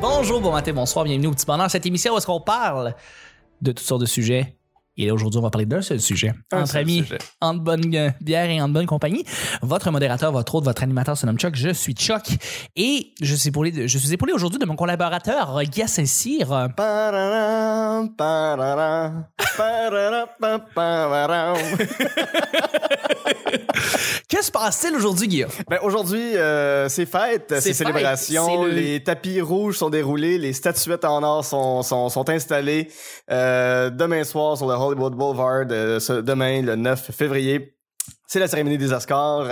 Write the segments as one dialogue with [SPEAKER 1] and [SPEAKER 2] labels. [SPEAKER 1] Bonjour, bon matin, bonsoir, bienvenue au Petit Bonheur. Cette émission où est-ce qu'on parle de toutes sortes de sujets. Et aujourd'hui, on va parler d'un seul sujet.
[SPEAKER 2] Un
[SPEAKER 1] entre
[SPEAKER 2] seul
[SPEAKER 1] amis,
[SPEAKER 2] sujet.
[SPEAKER 1] en bonne euh, bière et en bonne compagnie. Votre modérateur, votre hôte, votre animateur se nomme Chuck. Je suis Chuck. Et je suis épaulé, de- je suis épaulé aujourd'hui de mon collaborateur, euh, Guy Saint-Cyr. Euh,
[SPEAKER 2] Pararam, pararam, pararam, pam, pararam.
[SPEAKER 1] Que se passe-t-il aujourd'hui, Guillaume?
[SPEAKER 2] Ben, aujourd'hui, euh, c'est fête, c'est
[SPEAKER 1] fête,
[SPEAKER 2] célébration,
[SPEAKER 1] c'est le-
[SPEAKER 2] les tapis rouges sont déroulés, les statuettes en or sont, sont, sont installées. Euh, demain soir, sur le Hollywood Boulevard, euh, ce- demain, le 9 février, c'est la cérémonie des Oscars.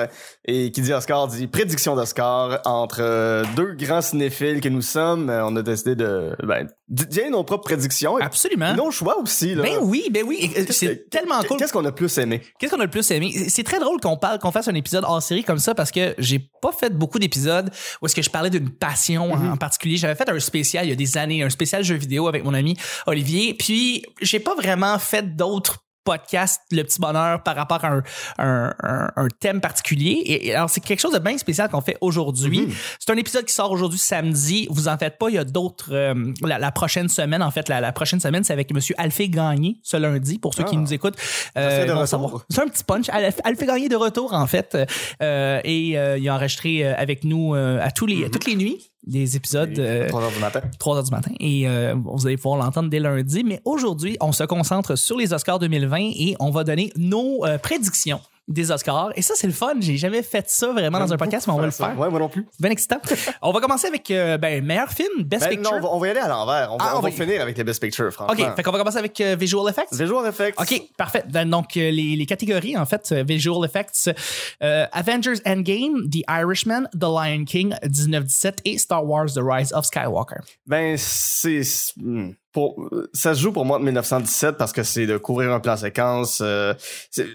[SPEAKER 2] Et qui dit Oscar dit prédiction d'Oscar entre euh, deux grands cinéphiles que nous sommes. Euh, On a décidé de ben, d- dire nos propres prédictions et
[SPEAKER 1] Absolument.
[SPEAKER 2] nos choix aussi. Là.
[SPEAKER 1] Ben oui, ben oui, Et, euh, c'est
[SPEAKER 2] Qu'est-ce-
[SPEAKER 1] tellement cool.
[SPEAKER 2] Qu'est-ce qu'on a plus aimé?
[SPEAKER 1] Qu'est-ce qu'on a le plus aimé? C'est- C'est très drôle qu'on parle, qu'on fasse un épisode hors série comme ça parce que j'ai pas fait beaucoup d'épisodes où est-ce que je parlais d'une passion
[SPEAKER 2] Mhm.
[SPEAKER 1] en- en particulier. J'avais fait un spécial il y a des années, un spécial jeu vidéo avec mon ami Olivier. Puis j'ai pas vraiment fait d'autres podcasts, le petit bonheur par rapport à un, un- un- un thème particulier. Et, et alors c'est quelque chose de bien spécial qu'on fait aujourd'hui.
[SPEAKER 2] Mhm.
[SPEAKER 1] C'est un épisode qui sort aujourd'hui samedi. Vous en faites pas, il y a d'autres euh, la, la prochaine semaine en fait la, la prochaine semaine c'est avec monsieur Alphée Gagné ce lundi pour ceux qui
[SPEAKER 2] Ah.
[SPEAKER 1] nous écoutent. Euh,
[SPEAKER 2] C'est de
[SPEAKER 1] non,
[SPEAKER 2] retour.
[SPEAKER 1] ça va. C'est un petit punch. Elle, elle fait gagner de retour, en fait. Euh, et euh, il a enregistré euh, avec nous euh, à tous les, à toutes les nuits des épisodes. euh,
[SPEAKER 2] 3 heures du matin.
[SPEAKER 1] 3 heures du matin et euh, vous allez pouvoir l'entendre dès lundi. Mais aujourd'hui, on se concentre sur les Oscars 2020 et on va donner nos euh, prédictions des Oscars. Et ça, c'est le fun. J'ai jamais fait ça vraiment dans un podcast, mais on va le
[SPEAKER 2] Ça,
[SPEAKER 1] faire.
[SPEAKER 2] Ouais, moi non plus.
[SPEAKER 1] C'est bien excitant. on va commencer avec euh, ben, meilleur film, Best
[SPEAKER 2] Ben non,
[SPEAKER 1] Picture.
[SPEAKER 2] on va, on va y aller à l'envers. On va,
[SPEAKER 1] Ah,
[SPEAKER 2] on
[SPEAKER 1] on va
[SPEAKER 2] va
[SPEAKER 1] y-
[SPEAKER 2] finir avec les Best Picture, franchement.
[SPEAKER 1] OK, fait qu'on va commencer avec euh, Visual Effects.
[SPEAKER 2] Visual Effects.
[SPEAKER 1] OK, parfait. Ben, Donc, euh, les, les catégories, en fait, euh, Visual Effects, euh, Avengers Endgame, The Irishman, The Lion King 1917 et Star Wars The Rise of Skywalker.
[SPEAKER 2] Ben, c'est. hmm, Pour, ça se joue pour moi de 1917 parce que c'est de couvrir un plan séquence. euh, c'est-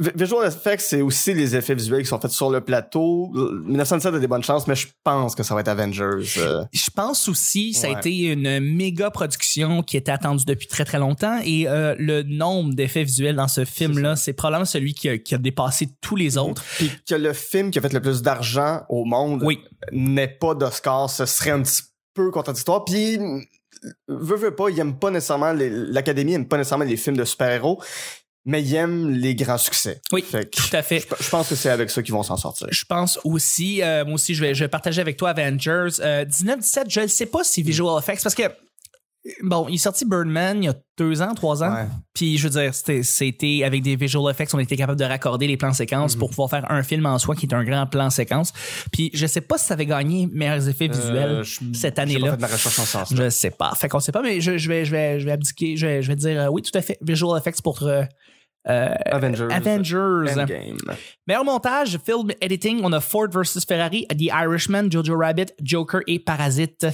[SPEAKER 2] Vi- Visual Effects, c'est aussi les effets visuels qui sont faits sur le plateau. 1917 a des bonnes chances, mais je pense que ça va être Avengers. euh.
[SPEAKER 1] Je pense aussi, ça a
[SPEAKER 2] Ouais.
[SPEAKER 1] été une méga production qui était attendue depuis très très longtemps et euh, le nombre d'effets visuels dans ce film-là, c'est Mm-hmm. probablement celui qui a, qui a dépassé tous les autres.
[SPEAKER 2] Puis que le film qui a fait le plus d'argent au monde
[SPEAKER 1] Oui.
[SPEAKER 2] n'ait pas d'Oscar, ce serait un petit peu contradictoire. Puis, veut, veut pas, il aime pas nécessairement, les- l'Académie aime pas nécessairement les films de super-héros, mais il aime les grands succès.
[SPEAKER 1] Oui,
[SPEAKER 2] Fait que
[SPEAKER 1] tout à fait.
[SPEAKER 2] je pense que c'est avec ça qu'ils vont s'en sortir.
[SPEAKER 1] Je pense aussi, euh, moi aussi, je vais, je vais partager avec toi Avengers. Euh, 19-17, je ne sais pas si
[SPEAKER 2] Mm.
[SPEAKER 1] Visual Effects, parce que, bon, il est sorti Birdman il y a deux ans, trois ans.
[SPEAKER 2] Ouais.
[SPEAKER 1] Puis, je veux dire, c'était- c'était avec des Visual Effects, on était capable de raccorder les plans séquences
[SPEAKER 2] Mm-hmm.
[SPEAKER 1] pour pouvoir faire un film en soi qui est un grand plan séquence. Puis, je ne sais pas si ça avait gagné meilleurs effets
[SPEAKER 2] Euh,
[SPEAKER 1] visuels
[SPEAKER 2] je-
[SPEAKER 1] cette
[SPEAKER 2] J'ai pas
[SPEAKER 1] année-là. Euh,
[SPEAKER 2] fait de la recherche en ce sens.
[SPEAKER 1] Je sais pas. Fait qu'on sait pas, mais je, je vais, je, vais, je vais abdiquer. Je vais, je vais dire euh, oui, tout à fait. Visual Effects pour euh, euh,
[SPEAKER 2] Avengers.
[SPEAKER 1] Avengers.
[SPEAKER 2] Endgame.
[SPEAKER 1] Meilleur montage, film editing, on a Ford versus Ferrari, The Irishman, Jojo Rabbit, Joker et Parasite.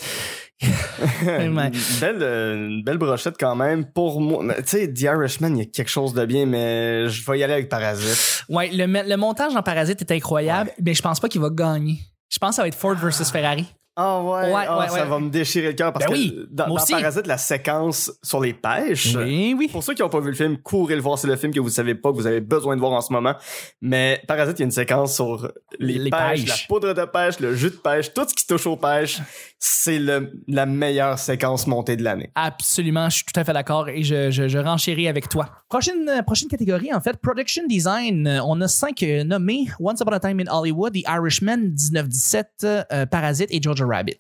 [SPEAKER 1] Ouais.
[SPEAKER 2] Une belle, euh, une belle brochette quand même pour moi. Mais Tu sais, The Irishman, il y a quelque chose de bien, mais je vais y aller avec Parasite.
[SPEAKER 1] Ouais, le, le montage dans Parasite est incroyable, mais je pense pas qu'il va gagner. Je pense que ça va être Ford versus Ferrari.
[SPEAKER 2] Ah ouais,
[SPEAKER 1] Ouais,
[SPEAKER 2] ah,
[SPEAKER 1] ouais,
[SPEAKER 2] ça
[SPEAKER 1] ouais.
[SPEAKER 2] va me déchirer le cœur parce
[SPEAKER 1] Ben
[SPEAKER 2] que
[SPEAKER 1] oui,
[SPEAKER 2] dans,
[SPEAKER 1] moi
[SPEAKER 2] dans
[SPEAKER 1] aussi.
[SPEAKER 2] Parasite, la séquence sur les pêches,
[SPEAKER 1] Oui, oui.
[SPEAKER 2] Pour ceux qui n'ont pas vu le film, courez le voir. C'est le film que vous savez pas, que vous avez besoin de voir en ce moment. Mais Parasite, il y a une séquence sur les,
[SPEAKER 1] Les
[SPEAKER 2] pêches,
[SPEAKER 1] pêches.
[SPEAKER 2] la poudre de pêche, le jus de pêche, tout ce qui touche aux pêches. C'est le- la meilleure séquence montée de l'année.
[SPEAKER 1] Absolument, je suis tout à fait d'accord et je, je, je renchéris avec toi. Prochaine, euh, prochaine catégorie, en fait, Production Design. Euh, On a cinq euh, nommés. Once Upon a Time in Hollywood, The Irishman, 1917, euh, Parasite et Jojo Rabbit.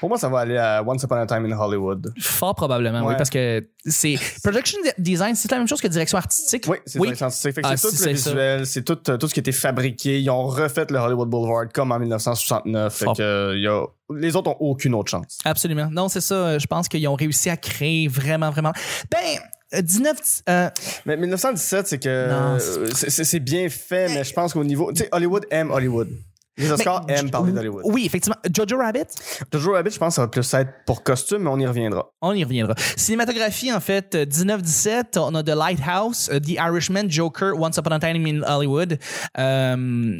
[SPEAKER 2] Pour moi, ça va aller à Once Upon a Time in Hollywood.
[SPEAKER 1] Fort probablement, oui,
[SPEAKER 2] Ouais.
[SPEAKER 1] parce que c'est... Production de- Design, c'est la même chose que direction artistique.
[SPEAKER 2] Oui, c'est
[SPEAKER 1] Oui.
[SPEAKER 2] ça, scientifique. Fait que
[SPEAKER 1] Ah,
[SPEAKER 2] c'est
[SPEAKER 1] si,
[SPEAKER 2] tout
[SPEAKER 1] c'est
[SPEAKER 2] le
[SPEAKER 1] ça.
[SPEAKER 2] visuel, c'est tout, euh, tout ce qui a été fabriqué. Ils ont refait le Hollywood Boulevard comme en 1969. Fait
[SPEAKER 1] Fort.
[SPEAKER 2] que, euh, il y a- les autres ont aucune autre chance.
[SPEAKER 1] Absolument. Non, c'est ça. euh, Je pense qu'ils ont réussi à créer vraiment, vraiment. Ben, euh, 19. euh,
[SPEAKER 2] Mais 1917, c'est que
[SPEAKER 1] Non,
[SPEAKER 2] euh, c'est c'est- c'est bien fait, mais je pense qu'au niveau. Tu sais, Hollywood aime Hollywood. Les Oscars
[SPEAKER 1] ben,
[SPEAKER 2] aiment parler d'Hollywood.
[SPEAKER 1] Oui, effectivement. Jojo Rabbit,
[SPEAKER 2] Jojo Rabbit, je pense que ça va plus être pour costume, mais on y reviendra.
[SPEAKER 1] on y reviendra. Cinématographie, en fait, euh, 19-17, on a The Lighthouse, euh, The Irishman, Joker, Once Upon a Time in Hollywood. Euh,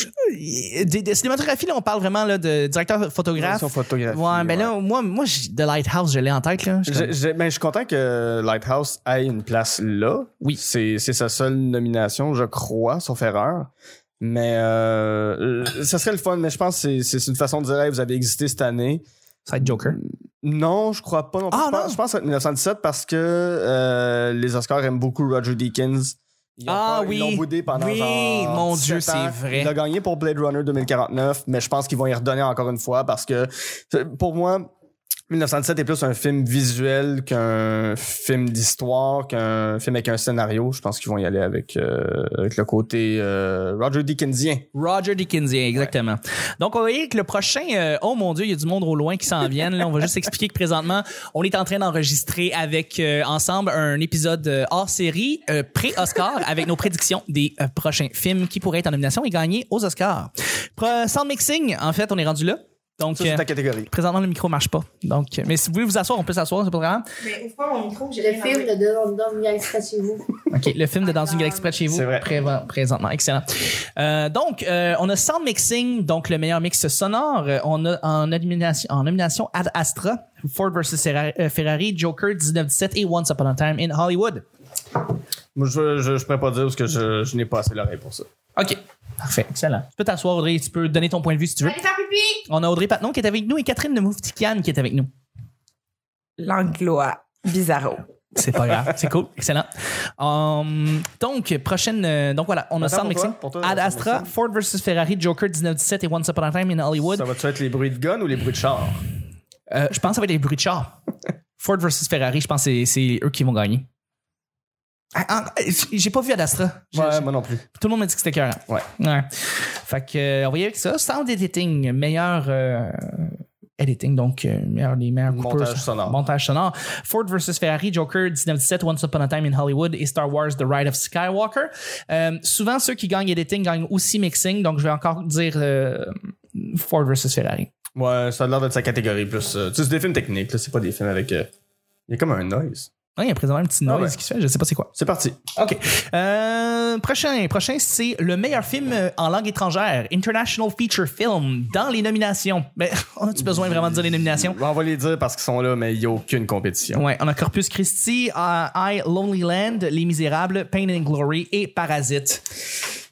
[SPEAKER 1] je- des, des cinématographies, là, on parle vraiment là, de directeur photographe.
[SPEAKER 2] Direction photographie,
[SPEAKER 1] Ouais, ben là, moi, moi j'ai- The Lighthouse, je l'ai en tête. Là. Je-
[SPEAKER 2] J'ai- j'ai- ben, je suis content que Lighthouse ait une place là.
[SPEAKER 1] Oui.
[SPEAKER 2] C'est c'est sa seule nomination, je crois, sauf erreur. Mais euh, euh, ça serait le fun, mais je pense que c'est- c'est une façon de dire hey, vous avez existé cette année.
[SPEAKER 1] Ça va être Joker.
[SPEAKER 2] Non, je crois pas. Non, plus.
[SPEAKER 1] Ah, non.
[SPEAKER 2] je, pense, je pense que ça va être 1917 parce que euh, les Oscars aiment beaucoup Roger Deakins. Ils ont
[SPEAKER 1] Ah
[SPEAKER 2] pas-
[SPEAKER 1] oui.
[SPEAKER 2] Ils l'ont boudé pendant
[SPEAKER 1] Oui,
[SPEAKER 2] genre
[SPEAKER 1] mon Dieu,
[SPEAKER 2] 17 ans.
[SPEAKER 1] c'est vrai.
[SPEAKER 2] Il a gagné pour Blade Runner 2049, mais je pense qu'ils vont y redonner encore une fois parce que euh, pour moi, 1917 est plus un film visuel qu'un film d'histoire, qu'un film avec un scénario. Je pense qu'ils vont y aller avec, euh, avec le côté euh, Roger Deakinsien.
[SPEAKER 1] Roger Dickinsien, exactement. Donc, on va dire que le prochain, euh, oh mon Dieu, il y a du monde au loin qui s'en viennent. Là, on va juste expliquer que présentement, on est en train d'enregistrer avec euh, ensemble un épisode euh, hors série euh, pré-Oscar avec nos prédictions des euh, prochains films qui pourraient être en nomination et gagner aux Oscars. Pro- euh, Sound mixing, en fait, on est rendu là. Donc,
[SPEAKER 2] Ça, c'est
[SPEAKER 1] euh,
[SPEAKER 2] ta catégorie.
[SPEAKER 1] présentement, le micro marche pas. Donc, euh, mais si vous voulez vous asseoir, on peut s'asseoir, c'est pas grave.
[SPEAKER 3] Mais ouvre pas mon micro, j'ai
[SPEAKER 4] Le
[SPEAKER 3] rien
[SPEAKER 4] film
[SPEAKER 3] entendu.
[SPEAKER 4] de Don Don Express chez vous.
[SPEAKER 1] OK, le film de Dans une galaxie près de chez vous.
[SPEAKER 2] C'est vrai.
[SPEAKER 1] pré- présentement, excellent. Euh, donc, euh, on a Sound Mixing, donc le meilleur mix sonore. Euh, On a en nomination, en nomination Ad Astra, Ford vs. Ferrari, euh, Ferrari, Joker 1917 et Once Upon a Time in Hollywood.
[SPEAKER 2] Moi, je, je, je pourrais pas dire parce que je, je n'ai pas assez l'oreille pour ça.
[SPEAKER 1] OK. Parfait, excellent. Tu peux t'asseoir, Audrey, tu peux donner ton point de vue si tu veux.
[SPEAKER 3] Allez faire pipi!
[SPEAKER 1] On a Audrey Patnon qui est avec nous et Catherine de Mouftikian qui est avec nous.
[SPEAKER 5] L'anglois bizarro.
[SPEAKER 1] C'est pas grave, c'est cool, excellent. Hum, donc, prochaine. euh, donc voilà, on a
[SPEAKER 2] Attends,
[SPEAKER 1] Sound
[SPEAKER 2] pour
[SPEAKER 1] Mixing,
[SPEAKER 2] toi, pour toi,
[SPEAKER 1] Ad
[SPEAKER 2] Sound
[SPEAKER 1] Astra,
[SPEAKER 2] Mixing.
[SPEAKER 1] Ford vs. Ferrari, Joker 1917 et Once Upon a Time in Hollywood.
[SPEAKER 2] Ça va-tu être les bruits de gun ou les bruits de char?
[SPEAKER 1] Euh, je pense que ça va être les bruits de char. Ford versus Ferrari, je pense que c'est- c'est eux qui vont gagner. Ah, ah, J'ai pas vu Ad Astra. J'ai- j'ai-
[SPEAKER 2] moi non plus.
[SPEAKER 1] Tout le monde m'a dit que c'était cœur.
[SPEAKER 2] Ouais.
[SPEAKER 1] Fait que, euh, on va y aller avec ça. Sound editing, meilleur euh, editing, donc euh, meilleur, les meilleurs coupures.
[SPEAKER 2] Montage sonore.
[SPEAKER 1] Montage sonore. Ford versus Ferrari, Joker 1917, Once Upon a Time in Hollywood et Star Wars The Ride of Skywalker. Euh, souvent, ceux qui gagnent editing gagnent aussi mixing, donc je vais encore dire euh, Ford versus Ferrari.
[SPEAKER 2] Ouais, ça a l'air d'être sa catégorie plus. euh, tu sais, c'est des films techniques, là, c'est pas des films avec. euh, Il y a comme un noise.
[SPEAKER 1] Ah, il y a présentement un petit
[SPEAKER 2] Ah
[SPEAKER 1] noise
[SPEAKER 2] ouais.
[SPEAKER 1] qui se fait, je sais pas c'est quoi.
[SPEAKER 2] C'est parti.
[SPEAKER 1] OK. Euh, prochain, prochain, c'est le meilleur film euh, en langue étrangère, International Feature Film, dans les nominations. Ben, on a-tu besoin vraiment de dire les nominations?
[SPEAKER 2] On va les dire parce qu'ils sont là, mais il n'y a aucune compétition.
[SPEAKER 1] Ouais, on a Corpus Christi, euh, I, Lonely Land, Les Misérables, Pain and Glory et Parasite.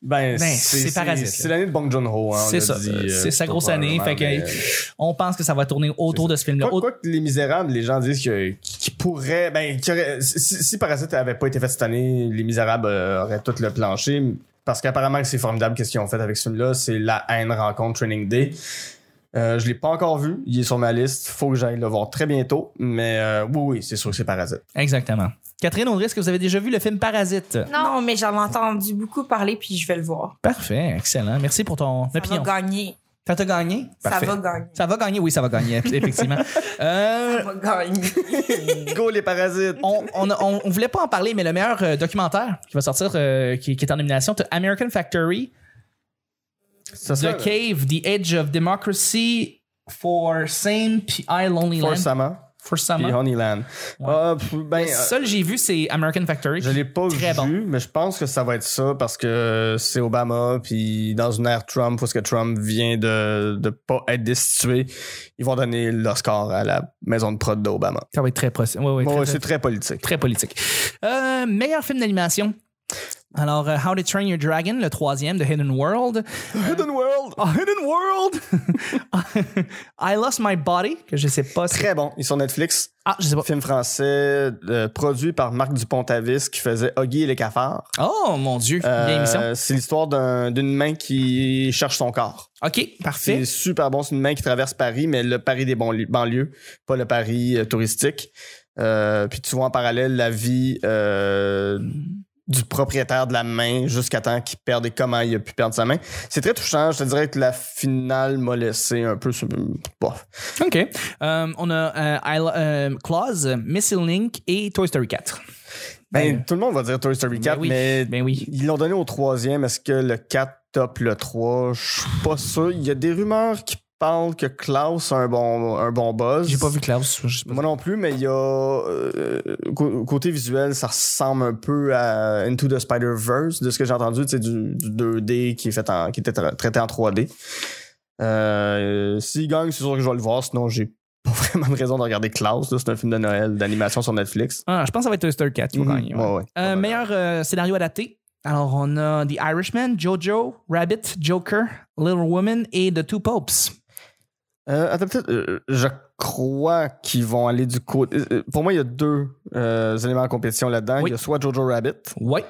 [SPEAKER 2] Ben,
[SPEAKER 1] c'est Parasite,
[SPEAKER 2] C'est
[SPEAKER 1] là.
[SPEAKER 2] l'année de Bong Joon-ho. hein, on
[SPEAKER 1] c'est
[SPEAKER 2] l'a
[SPEAKER 1] ça.
[SPEAKER 2] dit, euh,
[SPEAKER 1] c'est sa grosse année.
[SPEAKER 2] probablement,
[SPEAKER 1] Fait que,
[SPEAKER 2] mais,
[SPEAKER 1] euh,
[SPEAKER 2] euh,
[SPEAKER 1] on pense que ça va tourner autour de ce film-là.
[SPEAKER 2] Quoi, quoi que Les Misérables, les gens disent que- qu'ils pourraient. Ben, qu'il y aurait- si, si Parasite avait pas été fait cette année, Les Misérables euh, auraient tout le plancher. Parce qu'apparemment, que c'est formidable qu'est-ce qu'ils ont fait avec ce film-là. C'est La haine rencontre Training Day. Euh, je l'ai pas encore vu, il est sur ma liste, faut que j'aille le voir très bientôt, mais euh, oui, oui, c'est sûr que c'est Parasite.
[SPEAKER 1] Exactement. Catherine Audrey, est-ce que vous avez déjà vu le film Parasite?
[SPEAKER 5] Non, mais j'en ai entendu beaucoup parler, puis je vais le voir.
[SPEAKER 1] Parfait, excellent. Merci pour ton
[SPEAKER 5] Ça va
[SPEAKER 1] opinion.
[SPEAKER 5] gagner.
[SPEAKER 1] Ça t'a gagné? Parfait.
[SPEAKER 5] Ça va gagner.
[SPEAKER 1] Ça va gagner, oui, ça va gagner, effectivement. Euh,
[SPEAKER 5] Ça va gagner.
[SPEAKER 2] Go les Parasites!
[SPEAKER 1] on, on, a- on- on voulait pas en parler, mais le meilleur euh, documentaire qui va sortir, euh, qui, qui est en nomination, t'as American Factory,
[SPEAKER 2] Ça
[SPEAKER 1] The Cave, The Edge of Democracy, For Same, puis I Lonely Land.
[SPEAKER 2] Forcément,
[SPEAKER 1] For Sama.
[SPEAKER 2] puis Honeyland. Ah, pff, ben,
[SPEAKER 1] Le
[SPEAKER 2] euh,
[SPEAKER 1] seul que j'ai vu, c'est American Factory.
[SPEAKER 2] Je l'ai pas
[SPEAKER 1] Très
[SPEAKER 2] vu,
[SPEAKER 1] bon.
[SPEAKER 2] mais je pense que ça va être ça parce que c'est Obama, puis dans une ère Trump, parce que Trump vient de, de pas être destitué, ils vont donner l'Oscar à la maison de prod d'Obama.
[SPEAKER 1] Ça va être très possible. Ouais, ouais,
[SPEAKER 2] Bon,
[SPEAKER 1] très,
[SPEAKER 2] ouais,
[SPEAKER 1] très-
[SPEAKER 2] c'est très politique.
[SPEAKER 1] très politique. Euh, meilleur film d'animation. Alors, euh, How to Train Your Dragon, le troisième de Hidden World.
[SPEAKER 2] Hidden World!
[SPEAKER 1] Oh, Hidden World! I Lost My Body, que je sais pas. si-
[SPEAKER 2] Très bon. Ils sont Netflix.
[SPEAKER 1] Ah, je sais pas.
[SPEAKER 2] Film français euh, produit par Marc Dupont-Avis qui faisait Oggy et les cafards.
[SPEAKER 1] Oh mon Dieu,
[SPEAKER 2] Euh,
[SPEAKER 1] vieille émission.
[SPEAKER 2] c'est l'histoire d'un- d'une main qui cherche son corps.
[SPEAKER 1] Ok, parfait.
[SPEAKER 2] C'est super bon. C'est une main qui traverse Paris, mais le Paris des banli- banlieues, pas le Paris euh, touristique. Euh, puis tu vois en parallèle la vie euh, du propriétaire de la main jusqu'à temps qu'il perde et comment il a pu perdre sa main. C'est très touchant. Je te dirais que la finale m'a laissé un peu... sur- bof.
[SPEAKER 1] Ok. Euh, on a euh, I Lo- euh, Claus, Missile Link et Toy Story 4.
[SPEAKER 2] Ben, tout le monde va dire Toy Story 4,
[SPEAKER 1] oui,
[SPEAKER 2] mais
[SPEAKER 1] ben oui.
[SPEAKER 2] ils l'ont donné au troisième. Est-ce que le 4 top le 3? Je suis pas sûr. Il y a des rumeurs qui parlent que Klaus a un bon, un bon buzz.
[SPEAKER 1] J'ai pas vu Klaus. je sais pas.
[SPEAKER 2] Moi non plus, mais il y a. euh, cô- côté visuel, ça ressemble un peu à Into the Spider-Verse, de ce que j'ai entendu, tu sais, du, du 2D qui, est fait en, qui était tra- traité en 3D. Euh, S'il gagne, c'est sûr que je vais le voir, sinon j'ai pas vraiment de raison de regarder Klaus. là. C'est un film de Noël d'animation sur Netflix.
[SPEAKER 1] Ah, je pense que ça va être Toy Story 4 qui va
[SPEAKER 2] Mhm,
[SPEAKER 1] gagner, ouais.
[SPEAKER 2] ouais, ouais.
[SPEAKER 1] Euh, meilleur euh, scénario adapté. Alors, on a The Irishman, Jojo, Rabbit, Joker, Little Woman et The Two Popes.
[SPEAKER 2] Euh, attends, peut-être, euh, je crois qu'ils vont aller du côté. euh, Pour moi, il y a deux euh, éléments en compétition là-dedans.
[SPEAKER 1] Oui.
[SPEAKER 2] Il y a soit Jojo Rabbit,
[SPEAKER 1] Ouais.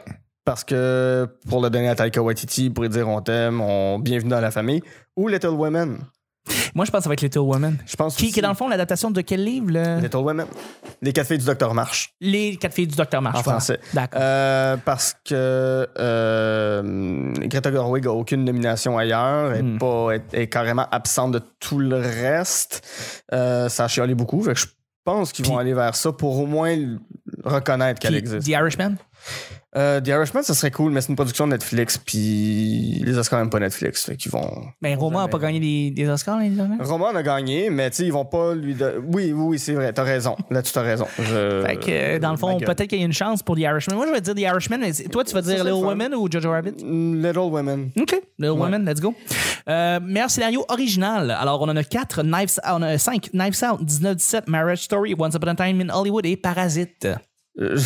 [SPEAKER 2] parce que pour le donner à Taika Waititi, il pourrait dire on t'aime, on bienvenue dans la famille, ou Little Women.
[SPEAKER 1] Moi, je pense que ça va être Little Women.
[SPEAKER 2] Je pense
[SPEAKER 1] Qui,
[SPEAKER 2] aussi-
[SPEAKER 1] qui est dans le fond l'adaptation de quel livre? le-
[SPEAKER 2] Little Women. Les quatre filles du Docteur Marsh,
[SPEAKER 1] Les quatre filles du Docteur Marsh.
[SPEAKER 2] en
[SPEAKER 1] voilà.
[SPEAKER 2] français.
[SPEAKER 1] D'accord.
[SPEAKER 2] Euh, parce que euh, Greta Gerwig a aucune nomination ailleurs, elle est
[SPEAKER 1] Hmm.
[SPEAKER 2] pas, est, est carrément absente de tout le reste. Euh, ça a chialé beaucoup, fait que je pense qu'ils vont
[SPEAKER 1] Puis-
[SPEAKER 2] aller vers ça pour au moins l- reconnaître qu'elle
[SPEAKER 1] Puis
[SPEAKER 2] existe.
[SPEAKER 1] The Irishman?
[SPEAKER 2] Euh, The Irishman, ça serait cool, mais c'est une production de Netflix, puis les Oscars n'aiment pas Netflix, fait qu'ils vont.
[SPEAKER 1] Ben, Roma n'a
[SPEAKER 2] jamais.
[SPEAKER 1] pas gagné des, des Oscars l'année dernière.
[SPEAKER 2] Roman a gagné, mais tu sais, ils vont pas lui. don- Oui, oui, oui, c'est vrai, t'as raison. Là-dessus, t'as raison. Je-
[SPEAKER 1] Fait que, euh, dans le
[SPEAKER 2] ma
[SPEAKER 1] fond,
[SPEAKER 2] gueule.
[SPEAKER 1] peut-être qu'il y a une chance pour The Irishman. Moi, je vais dire The Irishman, mais c'est- toi, tu vas
[SPEAKER 2] Ça,
[SPEAKER 1] dire
[SPEAKER 2] c'est le
[SPEAKER 1] Little
[SPEAKER 2] fun.
[SPEAKER 1] Women ou Jojo Rabbit?
[SPEAKER 2] Little Women.
[SPEAKER 1] OK. Little Women, let's go. Euh, meilleur scénario original. Alors, on en a quatre. Knives, on a cinq. Knives Out, 1917, Marriage Story, Once Upon a Time in Hollywood et Parasite.
[SPEAKER 2] Euh,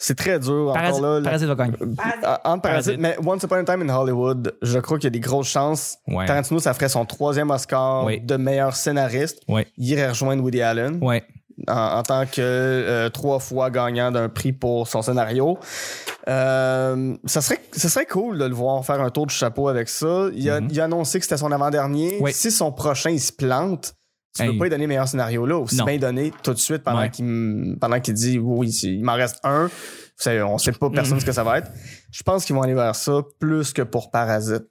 [SPEAKER 2] C'est très dur.
[SPEAKER 1] Parasite,
[SPEAKER 2] encore là, la-
[SPEAKER 1] Parasite va gagner.
[SPEAKER 2] Ah, Entre Parasite,
[SPEAKER 1] Parasite.
[SPEAKER 2] mais Once Upon a Time in Hollywood, je crois qu'il y a des grosses chances.
[SPEAKER 1] Ouais.
[SPEAKER 2] Tarantino, ça ferait son troisième Oscar
[SPEAKER 1] Oui.
[SPEAKER 2] de meilleur scénariste.
[SPEAKER 1] Oui.
[SPEAKER 2] Il irait rejoindre Woody Allen
[SPEAKER 1] Ouais.
[SPEAKER 2] en, en tant que euh, trois fois gagnant d'un prix pour son scénario. Euh, ça, serait, ça serait cool de le voir faire un tour de chapeau avec ça. Il a, il a annoncé que c'était son avant-dernier.
[SPEAKER 1] Mhm. Oui.
[SPEAKER 2] Si son prochain, il se plante, tu
[SPEAKER 1] Hey.
[SPEAKER 2] peux pas lui donner meilleur scénario là. Aussi
[SPEAKER 1] Non.
[SPEAKER 2] bien donner tout de suite pendant
[SPEAKER 1] Ouais.
[SPEAKER 2] qu'il m- pendant qu'il dit oui, si- il m'en reste un. Vous savez, on sait pas personne ce que ça va être. Je pense qu'ils vont aller vers ça plus que pour Parasite.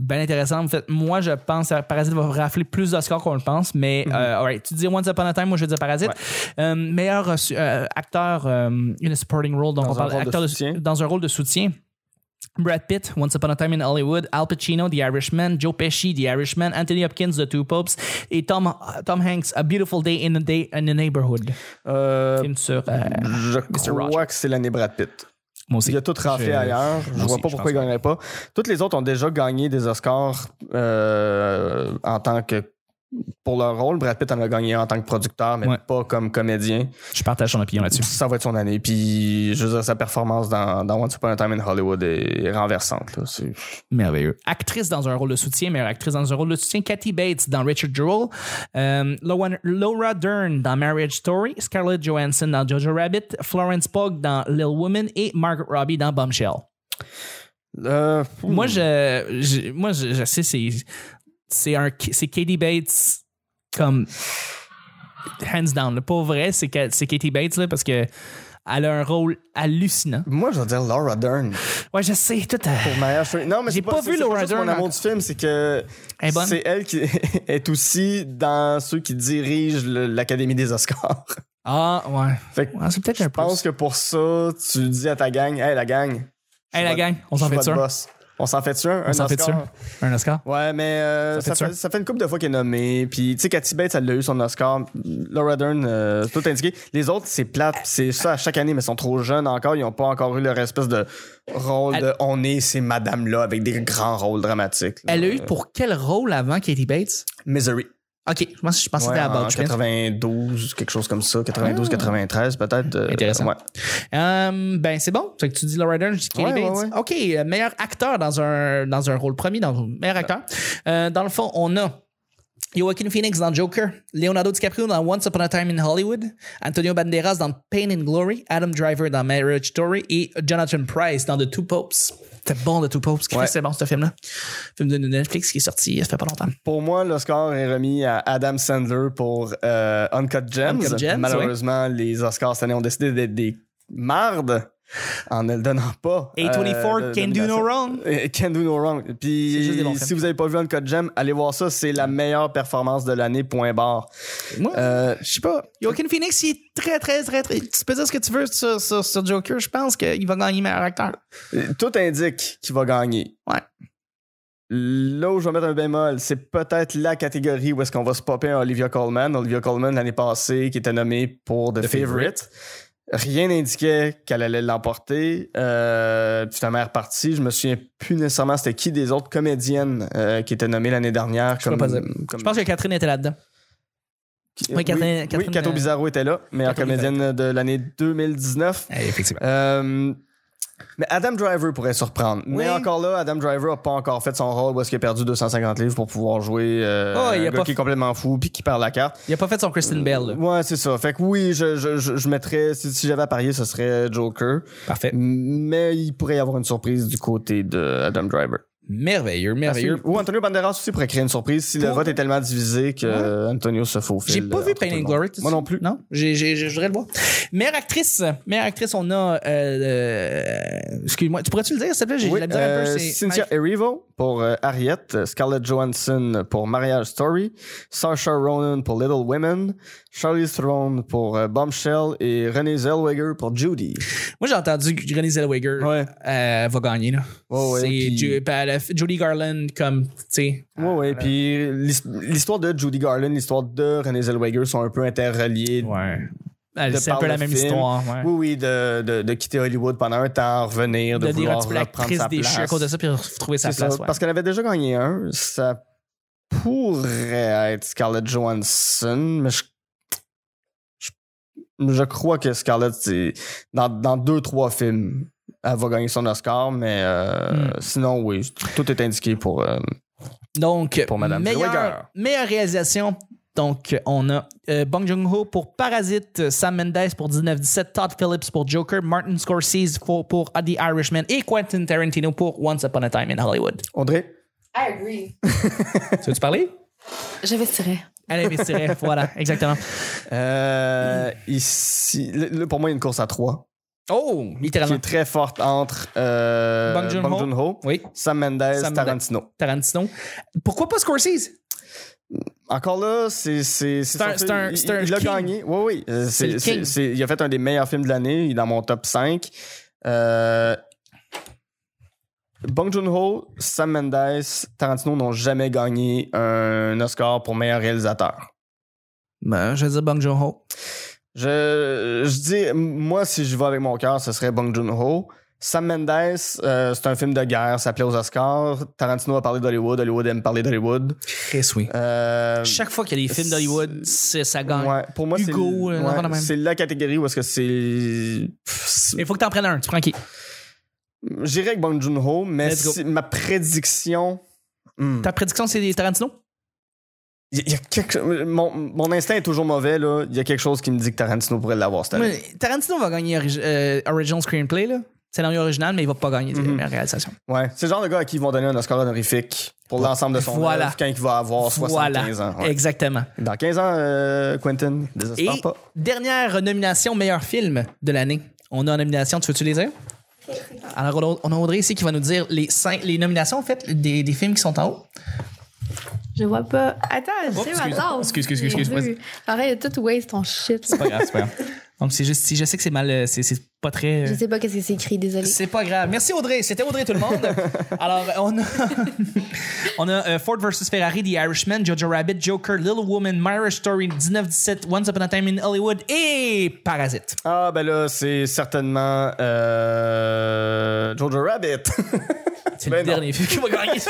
[SPEAKER 1] Ben intéressant. En fait, moi, je pense que Parasite va rafler plus d'Oscars qu'on le pense, mais
[SPEAKER 2] Mhm.
[SPEAKER 1] euh, alright, tu dis Once Upon a Time, moi je vais dire Parasite. Euh, meilleur euh, su- euh, acteur, euh, in a supporting role, donc
[SPEAKER 2] Dans
[SPEAKER 1] on
[SPEAKER 2] un
[SPEAKER 1] parle
[SPEAKER 2] rôle de
[SPEAKER 1] acteur de-
[SPEAKER 2] soutien.
[SPEAKER 1] dans un rôle de soutien. Brad Pitt, Once Upon a Time in Hollywood, Al Pacino, The Irishman, Joe Pesci, The Irishman, Anthony Hopkins, The Two Popes et Tom, Tom Hanks, A Beautiful Day in a Day in a Neighborhood.
[SPEAKER 2] Euh,
[SPEAKER 1] Film sur. euh,
[SPEAKER 2] je crois
[SPEAKER 1] Roger.
[SPEAKER 2] que c'est l'année Brad Pitt.
[SPEAKER 1] moi aussi.
[SPEAKER 2] Il a tout raflé
[SPEAKER 1] Je-
[SPEAKER 2] ailleurs. Je
[SPEAKER 1] moi
[SPEAKER 2] vois
[SPEAKER 1] aussi,
[SPEAKER 2] pas
[SPEAKER 1] je
[SPEAKER 2] pourquoi il
[SPEAKER 1] pense.
[SPEAKER 2] gagnerait pas. Toutes les autres ont déjà gagné des Oscars euh, en tant que pour leur rôle. Brad Pitt en a gagné en tant que producteur, mais
[SPEAKER 1] Ouais.
[SPEAKER 2] pas comme comédien.
[SPEAKER 1] Je partage son opinion là-dessus.
[SPEAKER 2] Ça va être son année. Puis, je veux dire, sa performance dans, dans Once Upon a Time in Hollywood est renversante. là. C'est-
[SPEAKER 1] Merveilleux. Actrice dans un rôle de soutien, meilleure actrice dans un rôle de soutien, Kathy Bates dans Richard Jewell, euh, Loan- Laura Dern dans Marriage Story, Scarlett Johansson dans Jojo Rabbit, Florence Pugh dans Little Women et Margaret Robbie dans Bombshell.
[SPEAKER 2] Euh,
[SPEAKER 1] Moi, je, je- moi, je, je sais, c'est, c'est un, c'est Katie Bates comme hands down. là. Pour vrai, c'est, Ka- c'est Katie Bates là, parce que elle a un rôle hallucinant.
[SPEAKER 2] Moi, je veux dire Laura Dern.
[SPEAKER 1] Ouais, je sais, tout euh, à
[SPEAKER 2] Pour Marriage Story. Non, mais
[SPEAKER 1] J'ai
[SPEAKER 2] c'est
[SPEAKER 1] pas
[SPEAKER 2] c'est-
[SPEAKER 1] vu
[SPEAKER 2] c'est
[SPEAKER 1] Laura
[SPEAKER 2] juste
[SPEAKER 1] Dern
[SPEAKER 2] Mon amour
[SPEAKER 1] encore.
[SPEAKER 2] du film, c'est que
[SPEAKER 1] Elle est bonne.
[SPEAKER 2] c'est elle qui est aussi dans ceux qui dirigent le- l'Académie des Oscars.
[SPEAKER 1] Ah, ouais.
[SPEAKER 2] Fait que
[SPEAKER 1] Ouais, c'est peut-être un
[SPEAKER 2] Je pense
[SPEAKER 1] plus.
[SPEAKER 2] que pour ça, tu dis à ta gang, hey la gang. je
[SPEAKER 1] Hey, la
[SPEAKER 2] suis
[SPEAKER 1] gang, on s'en
[SPEAKER 2] je suis
[SPEAKER 1] fait
[SPEAKER 2] votre
[SPEAKER 1] sûr.
[SPEAKER 2] boss. On s'en fait-tu un?
[SPEAKER 1] On s'en fait
[SPEAKER 2] Oscar?
[SPEAKER 1] dessus. Un Oscar?
[SPEAKER 2] Ouais, mais euh,
[SPEAKER 1] Ça fait
[SPEAKER 2] ça,
[SPEAKER 1] sûr.
[SPEAKER 2] fait, ça fait une couple de fois qu'elle est nommée. Puis, tu sais, Cathy Bates, elle l'a eu son Oscar. Laura Dern, euh, tout indiqué. Les autres, c'est plate. puis C'est ça à chaque année, mais ils sont trop jeunes encore. Ils n'ont pas encore eu leur espèce de rôle
[SPEAKER 1] Elle-
[SPEAKER 2] de on est ces madames-là avec des grands rôles dramatiques. là.
[SPEAKER 1] Elle a eu pour quel rôle avant Katie Bates?
[SPEAKER 2] Misery.
[SPEAKER 1] Ok, je pense, je pense que
[SPEAKER 2] Ouais,
[SPEAKER 1] c'était à
[SPEAKER 2] en
[SPEAKER 1] About Train.
[SPEAKER 2] 92, quelque chose comme ça. 92,
[SPEAKER 1] Ah.
[SPEAKER 2] 93, peut-être. euh,
[SPEAKER 1] Intéressant.
[SPEAKER 2] ouais.
[SPEAKER 1] Euh, ben, c'est bon. C'est que tu dis Laura Dern, je dis Katie
[SPEAKER 2] Ouais, ouais,
[SPEAKER 1] Bates.
[SPEAKER 2] ouais.
[SPEAKER 1] Ok, euh, meilleur acteur dans un, dans un rôle premier, dans meilleur acteur. Euh, dans le fond, on a Joaquin Phoenix dans Joker, Leonardo DiCaprio dans Once Upon a Time in Hollywood, Antonio Banderas dans Pain and Glory, Adam Driver dans Marriage Story et Jonathan Price dans The Two Popes. C'était bon, The Two Popes. Chris,
[SPEAKER 2] Ouais.
[SPEAKER 1] C'est bon, ce film-là. Film de Netflix qui est sorti, euh, ça fait pas longtemps.
[SPEAKER 2] Pour moi, le score est remis à Adam Sandler pour euh, Uncut, Gems.
[SPEAKER 1] Uncut Gems,
[SPEAKER 2] Malheureusement, les Oscars cette année ont décidé d'être des mardes en ne le donnant pas. euh,
[SPEAKER 1] A24
[SPEAKER 2] de
[SPEAKER 1] can do no
[SPEAKER 2] nomination.
[SPEAKER 1] wrong.
[SPEAKER 2] Euh, Can do no wrong.
[SPEAKER 1] C'est juste des bons
[SPEAKER 2] Puis,
[SPEAKER 1] films.
[SPEAKER 2] si vous n'avez pas vu Uncut Gems, allez voir ça. C'est la meilleure performance de l'année, point barre.
[SPEAKER 1] Moi,
[SPEAKER 2] Euh,
[SPEAKER 1] je sais pas. Joaquin Phoenix, il est très, très, très, très. Tu peux dire ce que tu veux sur, sur, sur Joker. Je pense qu'il va gagner meilleur acteur.
[SPEAKER 2] Tout indique qu'il va gagner.
[SPEAKER 1] Ouais.
[SPEAKER 2] Là où je vais mettre un bémol, c'est peut-être la catégorie où est-ce qu'on va se popper un Olivia Colman. Olivia Colman, l'année passée, qui était nommée pour The, Favorite. Rien n'indiquait qu'elle allait l'emporter. Euh, puis finalement, elle est repartie. Je me souviens plus nécessairement c'était qui des autres comédiennes euh, qui étaient nommées l'année dernière.
[SPEAKER 1] Je peux
[SPEAKER 2] comme,
[SPEAKER 1] pas dire.
[SPEAKER 2] comme-
[SPEAKER 1] Je pense que Catherine était là-dedans.
[SPEAKER 2] Euh,
[SPEAKER 1] oui, Catherine-
[SPEAKER 2] oui,
[SPEAKER 1] Catherine,
[SPEAKER 2] Cato
[SPEAKER 1] euh,
[SPEAKER 2] Bizarro était là, meilleure
[SPEAKER 1] Cato
[SPEAKER 2] comédienne de l'année 2019.
[SPEAKER 1] effectivement.
[SPEAKER 2] Euh, Mais Adam Driver pourrait surprendre. Mais
[SPEAKER 1] Oui.
[SPEAKER 2] encore là, Adam Driver a pas encore fait son rôle parce qu'il a perdu 250 livres pour pouvoir jouer euh,
[SPEAKER 1] Oh, il a
[SPEAKER 2] un gars
[SPEAKER 1] pas
[SPEAKER 2] qui est
[SPEAKER 1] fait-
[SPEAKER 2] complètement fou puis qui perd la carte.
[SPEAKER 1] Il a pas fait son Kristen Bell. là.
[SPEAKER 2] Ouais, c'est ça. Fait que oui, je, je, je, je mettrais, si, si j'avais à parier, ce serait Joker.
[SPEAKER 1] Parfait.
[SPEAKER 2] Mais il pourrait y avoir une surprise du côté de Adam Driver.
[SPEAKER 1] Merveilleux, merveilleux.
[SPEAKER 2] Ou Antonio Banderas aussi pourrait créer une surprise si le
[SPEAKER 1] Pour-
[SPEAKER 2] vote est tellement divisé que
[SPEAKER 1] Ouais.
[SPEAKER 2] euh, Antonio se faufile.
[SPEAKER 1] J'ai pas
[SPEAKER 2] euh,
[SPEAKER 1] vu
[SPEAKER 2] entre
[SPEAKER 1] Pain
[SPEAKER 2] tout
[SPEAKER 1] and
[SPEAKER 2] le
[SPEAKER 1] Glory.
[SPEAKER 2] monde. Moi non plus.
[SPEAKER 1] Non, j'ai- j'ai- j'ai- je voudrais le voir. Meilleure actrice. Meilleure actrice, on a. euh, euh, Excuse-moi, tu pourrais-tu le dire, s'il te plaît? J'ai
[SPEAKER 2] Oui,
[SPEAKER 1] la misère un
[SPEAKER 2] euh,
[SPEAKER 1] peu. c'est-
[SPEAKER 2] Cynthia Erivo pour euh, Harriet, euh, Scarlett Johansson pour Marriage Story, Saoirse Ronan pour Little Women, Charlize Theron pour euh, Bombshell et Renée Zellweger pour Judy.
[SPEAKER 1] Moi, j'ai entendu que Renée Zellweger
[SPEAKER 2] Ouais.
[SPEAKER 1] euh, va gagner. Là.
[SPEAKER 2] Ouais, ouais,
[SPEAKER 1] C'est
[SPEAKER 2] puis-
[SPEAKER 1] Ju- ben, elle a fait Judy Garland comme, tu sais.
[SPEAKER 2] Ouais, ouais. Puis l'his- l'histoire de Judy Garland, l'histoire de Renée Zellweger sont un peu interreliées
[SPEAKER 1] Ouais. Elle-
[SPEAKER 2] De
[SPEAKER 1] C'est un
[SPEAKER 2] par
[SPEAKER 1] peu
[SPEAKER 2] le
[SPEAKER 1] la même
[SPEAKER 2] film.
[SPEAKER 1] histoire. ouais.
[SPEAKER 2] Oui, oui, de, de, de quitter Hollywood pendant un temps, revenir, de,
[SPEAKER 1] De dire un
[SPEAKER 2] vouloir
[SPEAKER 1] petit peu
[SPEAKER 2] reprendre
[SPEAKER 1] l'actrice
[SPEAKER 2] sa
[SPEAKER 1] déchue
[SPEAKER 2] place.
[SPEAKER 1] à cause de ça puis retrouver sa
[SPEAKER 2] C'est ça,
[SPEAKER 1] place. ouais.
[SPEAKER 2] Parce qu'elle avait déjà gagné un. Ça pourrait être Scarlett Johansson, mais je, je, je crois que Scarlett, c'est dans, dans deux, trois films, elle va gagner son Oscar, mais euh,
[SPEAKER 1] Hmm.
[SPEAKER 2] sinon, oui, tout est indiqué pour... euh,
[SPEAKER 1] Donc,
[SPEAKER 2] Pour Madame
[SPEAKER 1] meilleure,
[SPEAKER 2] Zellweger.
[SPEAKER 1] meilleure réalisation. Donc, on a euh, Bong Joon-ho pour Parasite, euh, Sam Mendes pour 1917, Todd Phillips pour Joker, Martin Scorsese pour, pour The Irishman et Quentin Tarantino pour Once Upon a Time in Hollywood.
[SPEAKER 2] Audrey?
[SPEAKER 4] I agree.
[SPEAKER 1] tu veux-tu parler?
[SPEAKER 3] J'investirais.
[SPEAKER 1] Elle investirait, voilà, exactement.
[SPEAKER 2] Euh, ici, là, là, pour moi, il y a une course à trois
[SPEAKER 1] Oh,
[SPEAKER 2] qui
[SPEAKER 1] littéralement.
[SPEAKER 2] est très forte entre euh,
[SPEAKER 1] Bong Joon-ho.
[SPEAKER 2] Joon-ho,
[SPEAKER 1] Oui,
[SPEAKER 2] Sam Mendes,
[SPEAKER 1] Sam Mendes.
[SPEAKER 2] Tarantino.
[SPEAKER 1] Tarantino. Pourquoi pas Scorsese?
[SPEAKER 2] Encore là, c'est c'est c'est
[SPEAKER 1] C'est un-
[SPEAKER 2] son
[SPEAKER 1] c'est
[SPEAKER 2] film.
[SPEAKER 1] un-
[SPEAKER 2] Il-
[SPEAKER 1] c'est un
[SPEAKER 2] il a
[SPEAKER 1] king.
[SPEAKER 2] gagné. Oui oui, Euh,
[SPEAKER 1] C'est le
[SPEAKER 2] c'est
[SPEAKER 1] king.
[SPEAKER 2] c'est- c'est- il a fait un des meilleurs films de l'année, il est dans mon top 5. Euh Bong Joon-ho, Sam Mendes, Tarantino n'ont jamais gagné un Oscar pour meilleur réalisateur.
[SPEAKER 1] Ben, je veux dire Bong Joon-ho.
[SPEAKER 2] Je, je dis, m- moi, si je vais avec mon cœur, ce serait Bong Joon-ho. Sam Mendes, euh, c'est un film de guerre, ça plaît aux Oscars. Tarantino a parlé d'Hollywood, Hollywood aime parler d'Hollywood.
[SPEAKER 1] Chris, oui.
[SPEAKER 2] Euh,
[SPEAKER 1] Chaque fois qu'il y a des films d'Hollywood, c'est- ça gagne.
[SPEAKER 2] Ouais, pour moi, c'est
[SPEAKER 1] Hugo, euh,
[SPEAKER 2] ouais,
[SPEAKER 1] l'enfant de même.
[SPEAKER 2] c'est la catégorie où est-ce que c'est. Pff, c'est-
[SPEAKER 1] Il faut que t'en prennes un, tu prends qui?
[SPEAKER 2] J'irai avec Bong Joon-ho, mais
[SPEAKER 1] Let's go.
[SPEAKER 2] si- ma prédiction. Hmm.
[SPEAKER 1] Ta prédiction, c'est Tarantino?
[SPEAKER 2] Il y a- il y a quelque- mon, mon instinct est toujours mauvais, là. Il y a quelque chose qui me dit que Tarantino pourrait l'avoir cette année.
[SPEAKER 1] Mais Tarantino va gagner ori- euh, Original Screenplay, là. Scénario original, mais il va pas gagner la
[SPEAKER 2] Mhm.
[SPEAKER 1] meilleure réalisation.
[SPEAKER 2] Ouais. C'est le genre de gars à qui ils vont donner un Oscar honorifique pour l'ensemble de son
[SPEAKER 1] Voilà.
[SPEAKER 2] œuvre quand il va avoir 75 ans. ouais.
[SPEAKER 1] Exactement.
[SPEAKER 2] Dans 15 ans, euh, Quentin,
[SPEAKER 1] Et
[SPEAKER 2] désespère pas.
[SPEAKER 1] dernière nomination meilleur film de l'année. On a en nomination, tu veux-tu les dire? Alors, on a- on a Audrey ici qui va nous dire les, cinq, les nominations, en fait, des, des films qui sont en haut.
[SPEAKER 3] Je vois pas. Attends,
[SPEAKER 1] Oh,
[SPEAKER 3] j'ai ma
[SPEAKER 1] excuse.
[SPEAKER 3] tasse.
[SPEAKER 1] Excuse, excuse, excuse,
[SPEAKER 3] Mon Dieu. Arrête de tout waste ton shit. là.
[SPEAKER 1] Pas grave, c'est pas grave. Donc, c'est juste, si je sais que c'est mal, euh, c'est c'est pas très. euh,
[SPEAKER 3] Je sais pas qu'est-ce que c'est écrit, désolé.
[SPEAKER 1] C'est pas grave. Merci Audrey. C'était Audrey tout le monde. Alors, on a, on a euh, Ford vs. Ferrari, The Irishman, Jojo Rabbit, Joker, Little Woman, Marriage Story, 1917, Once Upon a Time in Hollywood et Parasite.
[SPEAKER 2] Ah, ben là, c'est certainement euh, Jojo Rabbit.
[SPEAKER 1] C'est
[SPEAKER 2] Ben
[SPEAKER 1] le
[SPEAKER 2] non.
[SPEAKER 1] dernier film qui va gagner.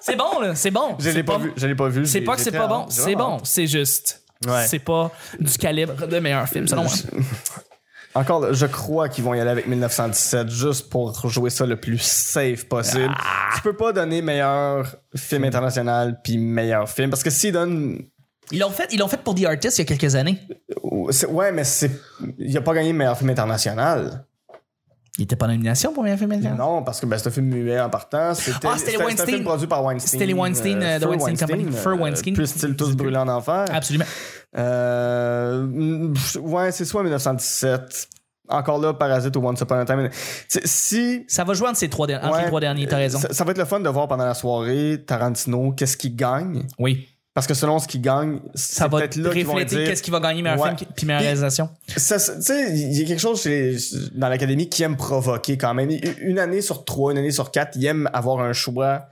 [SPEAKER 1] C'est bon, là. C'est bon.
[SPEAKER 2] je l'ai
[SPEAKER 1] C'est
[SPEAKER 2] pas, vu. Je l'ai pas vu.
[SPEAKER 1] C'est
[SPEAKER 2] J'ai-
[SPEAKER 1] pas que
[SPEAKER 2] j'ai
[SPEAKER 1] c'est
[SPEAKER 2] très
[SPEAKER 1] pas
[SPEAKER 2] hâte.
[SPEAKER 1] bon.
[SPEAKER 2] J'ai
[SPEAKER 1] C'est
[SPEAKER 2] vraiment
[SPEAKER 1] bon. C'est juste.
[SPEAKER 2] Ouais.
[SPEAKER 1] C'est pas du calibre de meilleur film, selon moi.
[SPEAKER 2] Encore, là, je crois qu'ils vont y aller avec 1917 juste pour jouer ça le plus safe possible.
[SPEAKER 1] Ah.
[SPEAKER 2] Tu peux pas donner meilleur film international puis meilleur film parce que s'ils donnent,
[SPEAKER 1] Ils l'ont fait, ils l'ont fait pour The Artist il y a quelques années.
[SPEAKER 2] c'est- ouais, mais c'est, il a pas gagné meilleur film international.
[SPEAKER 1] Il était pas en nomination pour meilleur film américain.
[SPEAKER 2] Non, non parce que ben, c'est un film muet en partant. C'était,
[SPEAKER 1] Ah, c'était les
[SPEAKER 2] c'est un- c'est un
[SPEAKER 1] Weinstein.
[SPEAKER 2] film produit par Weinstein.
[SPEAKER 1] C'était les Weinstein, euh, de
[SPEAKER 2] Fur
[SPEAKER 1] Weinstein Company, Fur Weinstein.
[SPEAKER 2] Puissent-ils tous brûler en enfer?
[SPEAKER 1] Absolument.
[SPEAKER 2] Euh, pff, ouais, c'est soit 1917. Encore là, Parasite ou Once Upon a Time. in- C'est- Si
[SPEAKER 1] Ça va jouer entre ces trois, derniers. entre
[SPEAKER 2] Ouais. euh,
[SPEAKER 1] les trois derniers, t'as raison.
[SPEAKER 2] Ça, ça va être le fun de voir pendant la soirée Tarantino qu'est-ce qu'il gagne.
[SPEAKER 1] Oui.
[SPEAKER 2] Parce que selon ce qu'il gagne,
[SPEAKER 1] ça
[SPEAKER 2] c'est
[SPEAKER 1] va
[SPEAKER 2] peut-être là qu'ils vont
[SPEAKER 1] refléter
[SPEAKER 2] dire.
[SPEAKER 1] qu'est-ce qui va gagner meilleur
[SPEAKER 2] Ouais.
[SPEAKER 1] film puis meilleure
[SPEAKER 2] Puis-
[SPEAKER 1] réalisation.
[SPEAKER 2] Ça, ça- Tu sais, il y a quelque chose chez- dans l'académie qui aime provoquer quand même. Une année sur trois, une année sur quatre, il aime avoir un choix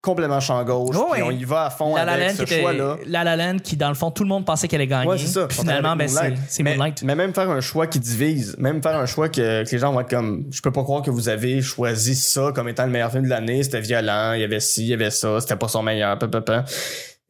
[SPEAKER 2] complètement champ gauche.
[SPEAKER 1] Ouais,
[SPEAKER 2] puis
[SPEAKER 1] ouais.
[SPEAKER 2] on y va à fond
[SPEAKER 1] La La
[SPEAKER 2] avec
[SPEAKER 1] Land qui
[SPEAKER 2] ce
[SPEAKER 1] était-
[SPEAKER 2] choix-là.
[SPEAKER 1] La La Land qui dans le fond tout le monde pensait qu'elle allait gagner.
[SPEAKER 2] Ouais, c'est ça.
[SPEAKER 1] Puis finalement ben
[SPEAKER 2] Avec
[SPEAKER 1] c'est
[SPEAKER 2] Moonlight.
[SPEAKER 1] c'est
[SPEAKER 2] mais,
[SPEAKER 1] Moonlight.
[SPEAKER 2] mais même faire un choix qui divise, même faire un choix que, que les gens vont être comme je peux pas croire que vous avez choisi ça comme étant le meilleur film de l'année, c'était violent, il y avait ci, il y avait ça, c'était pas son meilleur, pa, pa, pa.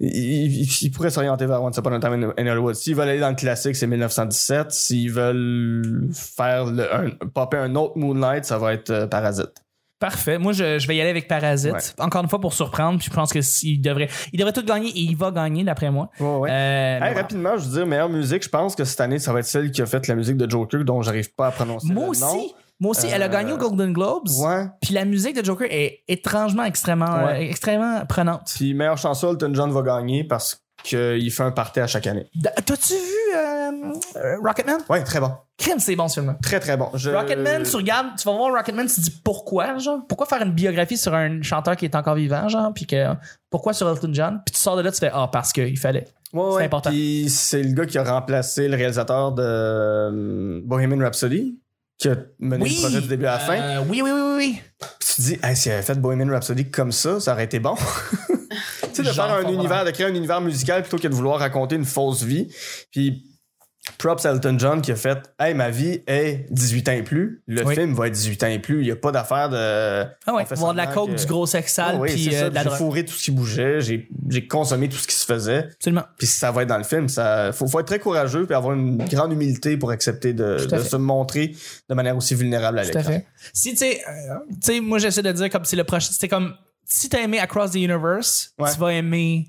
[SPEAKER 2] il, il- il pourrait s'orienter vers Once Upon a Time in, in Hollywood. S'ils veulent aller dans le classique, c'est 1917. S'ils veulent faire le, un, popper un autre Moonlight, ça va être euh, Parasite.
[SPEAKER 1] Parfait. Moi, je, je vais y aller avec Parasite.
[SPEAKER 2] Ouais.
[SPEAKER 1] Encore une fois pour surprendre. Puis je pense que s'il devrait, il devrait tout gagner et il va gagner d'après moi.
[SPEAKER 2] Euh,
[SPEAKER 1] Euh,
[SPEAKER 2] Hey,
[SPEAKER 1] mais voilà.
[SPEAKER 2] rapidement, je veux dire, meilleure musique, je pense que cette année, ça va être celle qui a fait la musique de Joker, dont j'arrive pas à prononcer
[SPEAKER 1] Moi
[SPEAKER 2] le
[SPEAKER 1] aussi,
[SPEAKER 2] nom.
[SPEAKER 1] moi aussi, elle a
[SPEAKER 2] Euh,
[SPEAKER 1] gagné aux Golden Globes.
[SPEAKER 2] Ouais.
[SPEAKER 1] Puis la musique de Joker est étrangement extrêmement, euh,
[SPEAKER 2] Ouais.
[SPEAKER 1] extrêmement prenante.
[SPEAKER 2] Puis meilleure chanson, Elton John va gagner parce qu'il fait un party à chaque année.
[SPEAKER 1] Da- T'as-tu vu euh, euh, Rocketman?
[SPEAKER 2] Ouais, très bon.
[SPEAKER 1] Crème, c'est bon ce film-là.
[SPEAKER 2] Très, très bon. Je-
[SPEAKER 1] Rocketman, tu regardes, tu vas voir Rocketman, tu te dis pourquoi, genre? Pourquoi faire une biographie sur un chanteur qui est encore vivant, genre? Puis que, pourquoi sur Elton John? Puis tu sors de là, tu fais, ah, parce qu'il fallait.
[SPEAKER 2] Ouais,
[SPEAKER 1] c'est
[SPEAKER 2] ouais,
[SPEAKER 1] important.
[SPEAKER 2] Puis c'est le gars qui a remplacé le réalisateur de euh, Bohemian Rhapsody, qui a mené le projet du début à la fin.
[SPEAKER 1] Euh, oui, oui, oui, oui, oui.
[SPEAKER 2] Puis tu te dis, hey, s'il avait fait Bohemian Rhapsody comme ça, ça aurait été bon. tu sais, de
[SPEAKER 1] Genre,
[SPEAKER 2] faire un
[SPEAKER 1] pas
[SPEAKER 2] univers,
[SPEAKER 1] mal.
[SPEAKER 2] de créer un univers musical plutôt que de vouloir raconter une fausse vie. Puis props à Elton John qui a fait, hey, ma vie est 18 ans et plus. Le
[SPEAKER 1] Oui.
[SPEAKER 2] film va être 18 ans et plus. Il n'y a pas d'affaire de.
[SPEAKER 1] Ah ouais,
[SPEAKER 2] On fait
[SPEAKER 1] voir de la
[SPEAKER 2] semblant
[SPEAKER 1] coke,
[SPEAKER 2] que-
[SPEAKER 1] du gros sexe
[SPEAKER 2] Ah
[SPEAKER 1] sale,
[SPEAKER 2] oui,
[SPEAKER 1] puis
[SPEAKER 2] c'est
[SPEAKER 1] euh,
[SPEAKER 2] ça.
[SPEAKER 1] de la
[SPEAKER 2] j'ai
[SPEAKER 1] drogue.
[SPEAKER 2] fourré tout ce qui bougeait, j'ai, j'ai consommé tout ce qui se faisait,
[SPEAKER 1] Absolument.
[SPEAKER 2] puis ça va être dans le film. Ça, faut, faut être très courageux puis avoir une grande humilité pour accepter de,
[SPEAKER 1] Tout à
[SPEAKER 2] de
[SPEAKER 1] fait.
[SPEAKER 2] se montrer de manière aussi vulnérable à
[SPEAKER 1] Tout à
[SPEAKER 2] l'écran.
[SPEAKER 1] fait. Si, tu sais, euh, tu sais, moi, j'essaie de dire comme c'est le prochain. C'était comme, si t'as aimé Across the Universe,
[SPEAKER 2] Ouais.
[SPEAKER 1] tu vas aimer.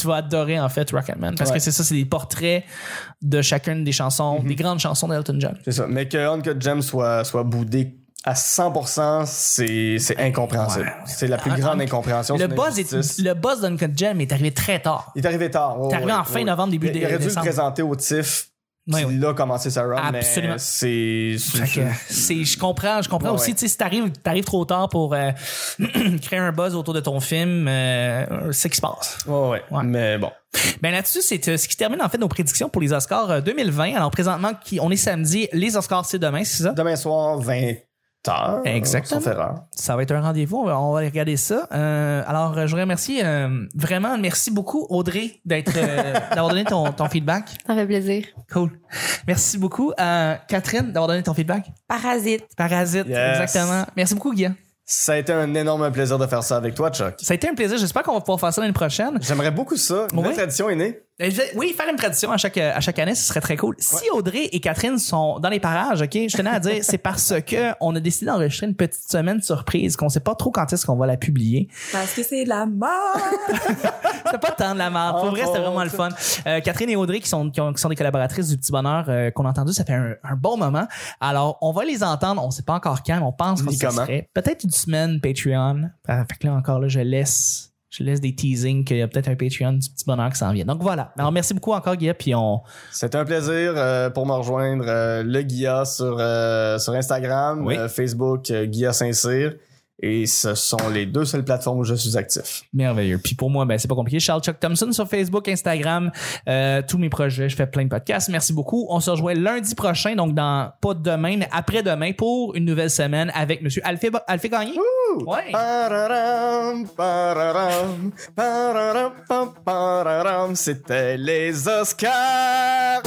[SPEAKER 1] Tu vas adorer en fait Rocketman parce
[SPEAKER 2] Ouais. Mm-hmm.
[SPEAKER 1] que c'est ça, c'est des portraits de chacune des chansons, des grandes chansons d'Elton John.
[SPEAKER 2] C'est ça. Mais que Uncut Gems soit, soit boudé à 100%, c'est, c'est incompréhensible. C'est la plus
[SPEAKER 1] Un-
[SPEAKER 2] grande
[SPEAKER 1] un-
[SPEAKER 2] incompréhension.
[SPEAKER 1] Ah, Le
[SPEAKER 2] c'est une
[SPEAKER 1] buzz, est,
[SPEAKER 2] injustice.
[SPEAKER 1] le buzz d'Uncut Gem est arrivé très tard.
[SPEAKER 2] Il est arrivé tard. ouais,
[SPEAKER 1] Il est arrivé
[SPEAKER 2] ouais,
[SPEAKER 1] en fin
[SPEAKER 2] ouais.
[SPEAKER 1] novembre, début
[SPEAKER 2] il, il aurait dû le
[SPEAKER 1] décembre.
[SPEAKER 2] présenter au TIFF.
[SPEAKER 1] Ouais,
[SPEAKER 2] puis
[SPEAKER 1] ouais.
[SPEAKER 2] Il a commencé sa run,
[SPEAKER 1] Absolument.
[SPEAKER 2] mais c'est... c'est-
[SPEAKER 1] Fait que, c'est- je comprends, je comprends
[SPEAKER 2] Ouais,
[SPEAKER 1] aussi.
[SPEAKER 2] ouais.
[SPEAKER 1] Tu sais, si t'arrives, t'arrives trop tard pour euh, créer un buzz autour de ton film, euh, c'est ce qui se passe.
[SPEAKER 2] Ouais, ouais.
[SPEAKER 1] Ouais.
[SPEAKER 2] Mais bon.
[SPEAKER 1] Ben là-dessus, c'est euh, ce qui termine en fait nos prédictions pour les Oscars euh, 2020. Alors présentement, qui, on est samedi, les Oscars c'est demain, c'est ça?
[SPEAKER 2] Demain soir, 20 h
[SPEAKER 1] Exactement.
[SPEAKER 2] Sauf erreur.
[SPEAKER 1] Ça va être un rendez-vous, on va, on va aller regarder ça. Euh, alors euh, je voudrais remercier euh, vraiment, merci beaucoup Audrey d'être euh, d'avoir donné ton, ton feedback.
[SPEAKER 3] Ça fait plaisir.
[SPEAKER 1] Cool. Merci beaucoup à Catherine d'avoir donné ton feedback.
[SPEAKER 5] Parasite.
[SPEAKER 1] Parasite,
[SPEAKER 2] Yes.
[SPEAKER 1] exactement. Merci beaucoup Guillaume.
[SPEAKER 2] Ça a été un énorme plaisir de faire ça avec toi, Chuck.
[SPEAKER 1] Ça a été un plaisir, j'espère qu'on va pouvoir faire ça l'année prochaine.
[SPEAKER 2] J'aimerais beaucoup ça. Une
[SPEAKER 1] Ouais.
[SPEAKER 2] nouvelle tradition est née.
[SPEAKER 1] Euh, je- Oui, faire une tradition à chaque, euh, à chaque année, ce serait très cool. Si Audrey et Catherine sont dans les parages, OK, je tenais à dire, c'est parce que on a décidé d'enregistrer une petite semaine surprise qu'on sait pas trop quand est-ce qu'on va la publier.
[SPEAKER 5] Parce que c'est la mort.
[SPEAKER 1] C'était pas tant de la merde. Pour vrai, c'était vraiment le fun. Euh, Catherine et Audrey, qui sont, qui, ont- qui sont des collaboratrices du Petit Bonheur euh, qu'on a entendu, ça fait un, un bon moment. Alors, on va les entendre. On sait pas encore quand, mais on pense que
[SPEAKER 2] Ni
[SPEAKER 1] ça
[SPEAKER 2] comment.
[SPEAKER 1] serait peut-être une semaine Patreon. Ah, fait que là, encore, là, je laisse... Je laisse des teasings qu'il y a peut-être un Patreon du petit bonheur qui s'en vient. Donc voilà. Alors merci beaucoup encore, Guy, puis on,
[SPEAKER 2] C'était un plaisir euh, pour me rejoindre, euh, le Guilla sur, euh, sur Instagram,
[SPEAKER 1] Oui.
[SPEAKER 2] euh, Facebook, euh, Guilla Saint-Cyr. Et ce sont les deux seules plateformes où je suis actif.
[SPEAKER 1] Merveilleux. Puis pour moi, ben, c'est pas compliqué. Charles Chuck Thompson sur Facebook, Instagram, euh, tous mes projets. Je fais plein de podcasts. Merci beaucoup. On se rejoint lundi prochain, donc dans pas demain, mais après-demain pour une nouvelle semaine avec Monsieur Alphé, Alphé Gagné. Ouais.
[SPEAKER 2] Pararam, pararam, pararam, pam, pararam, c'était les Oscars!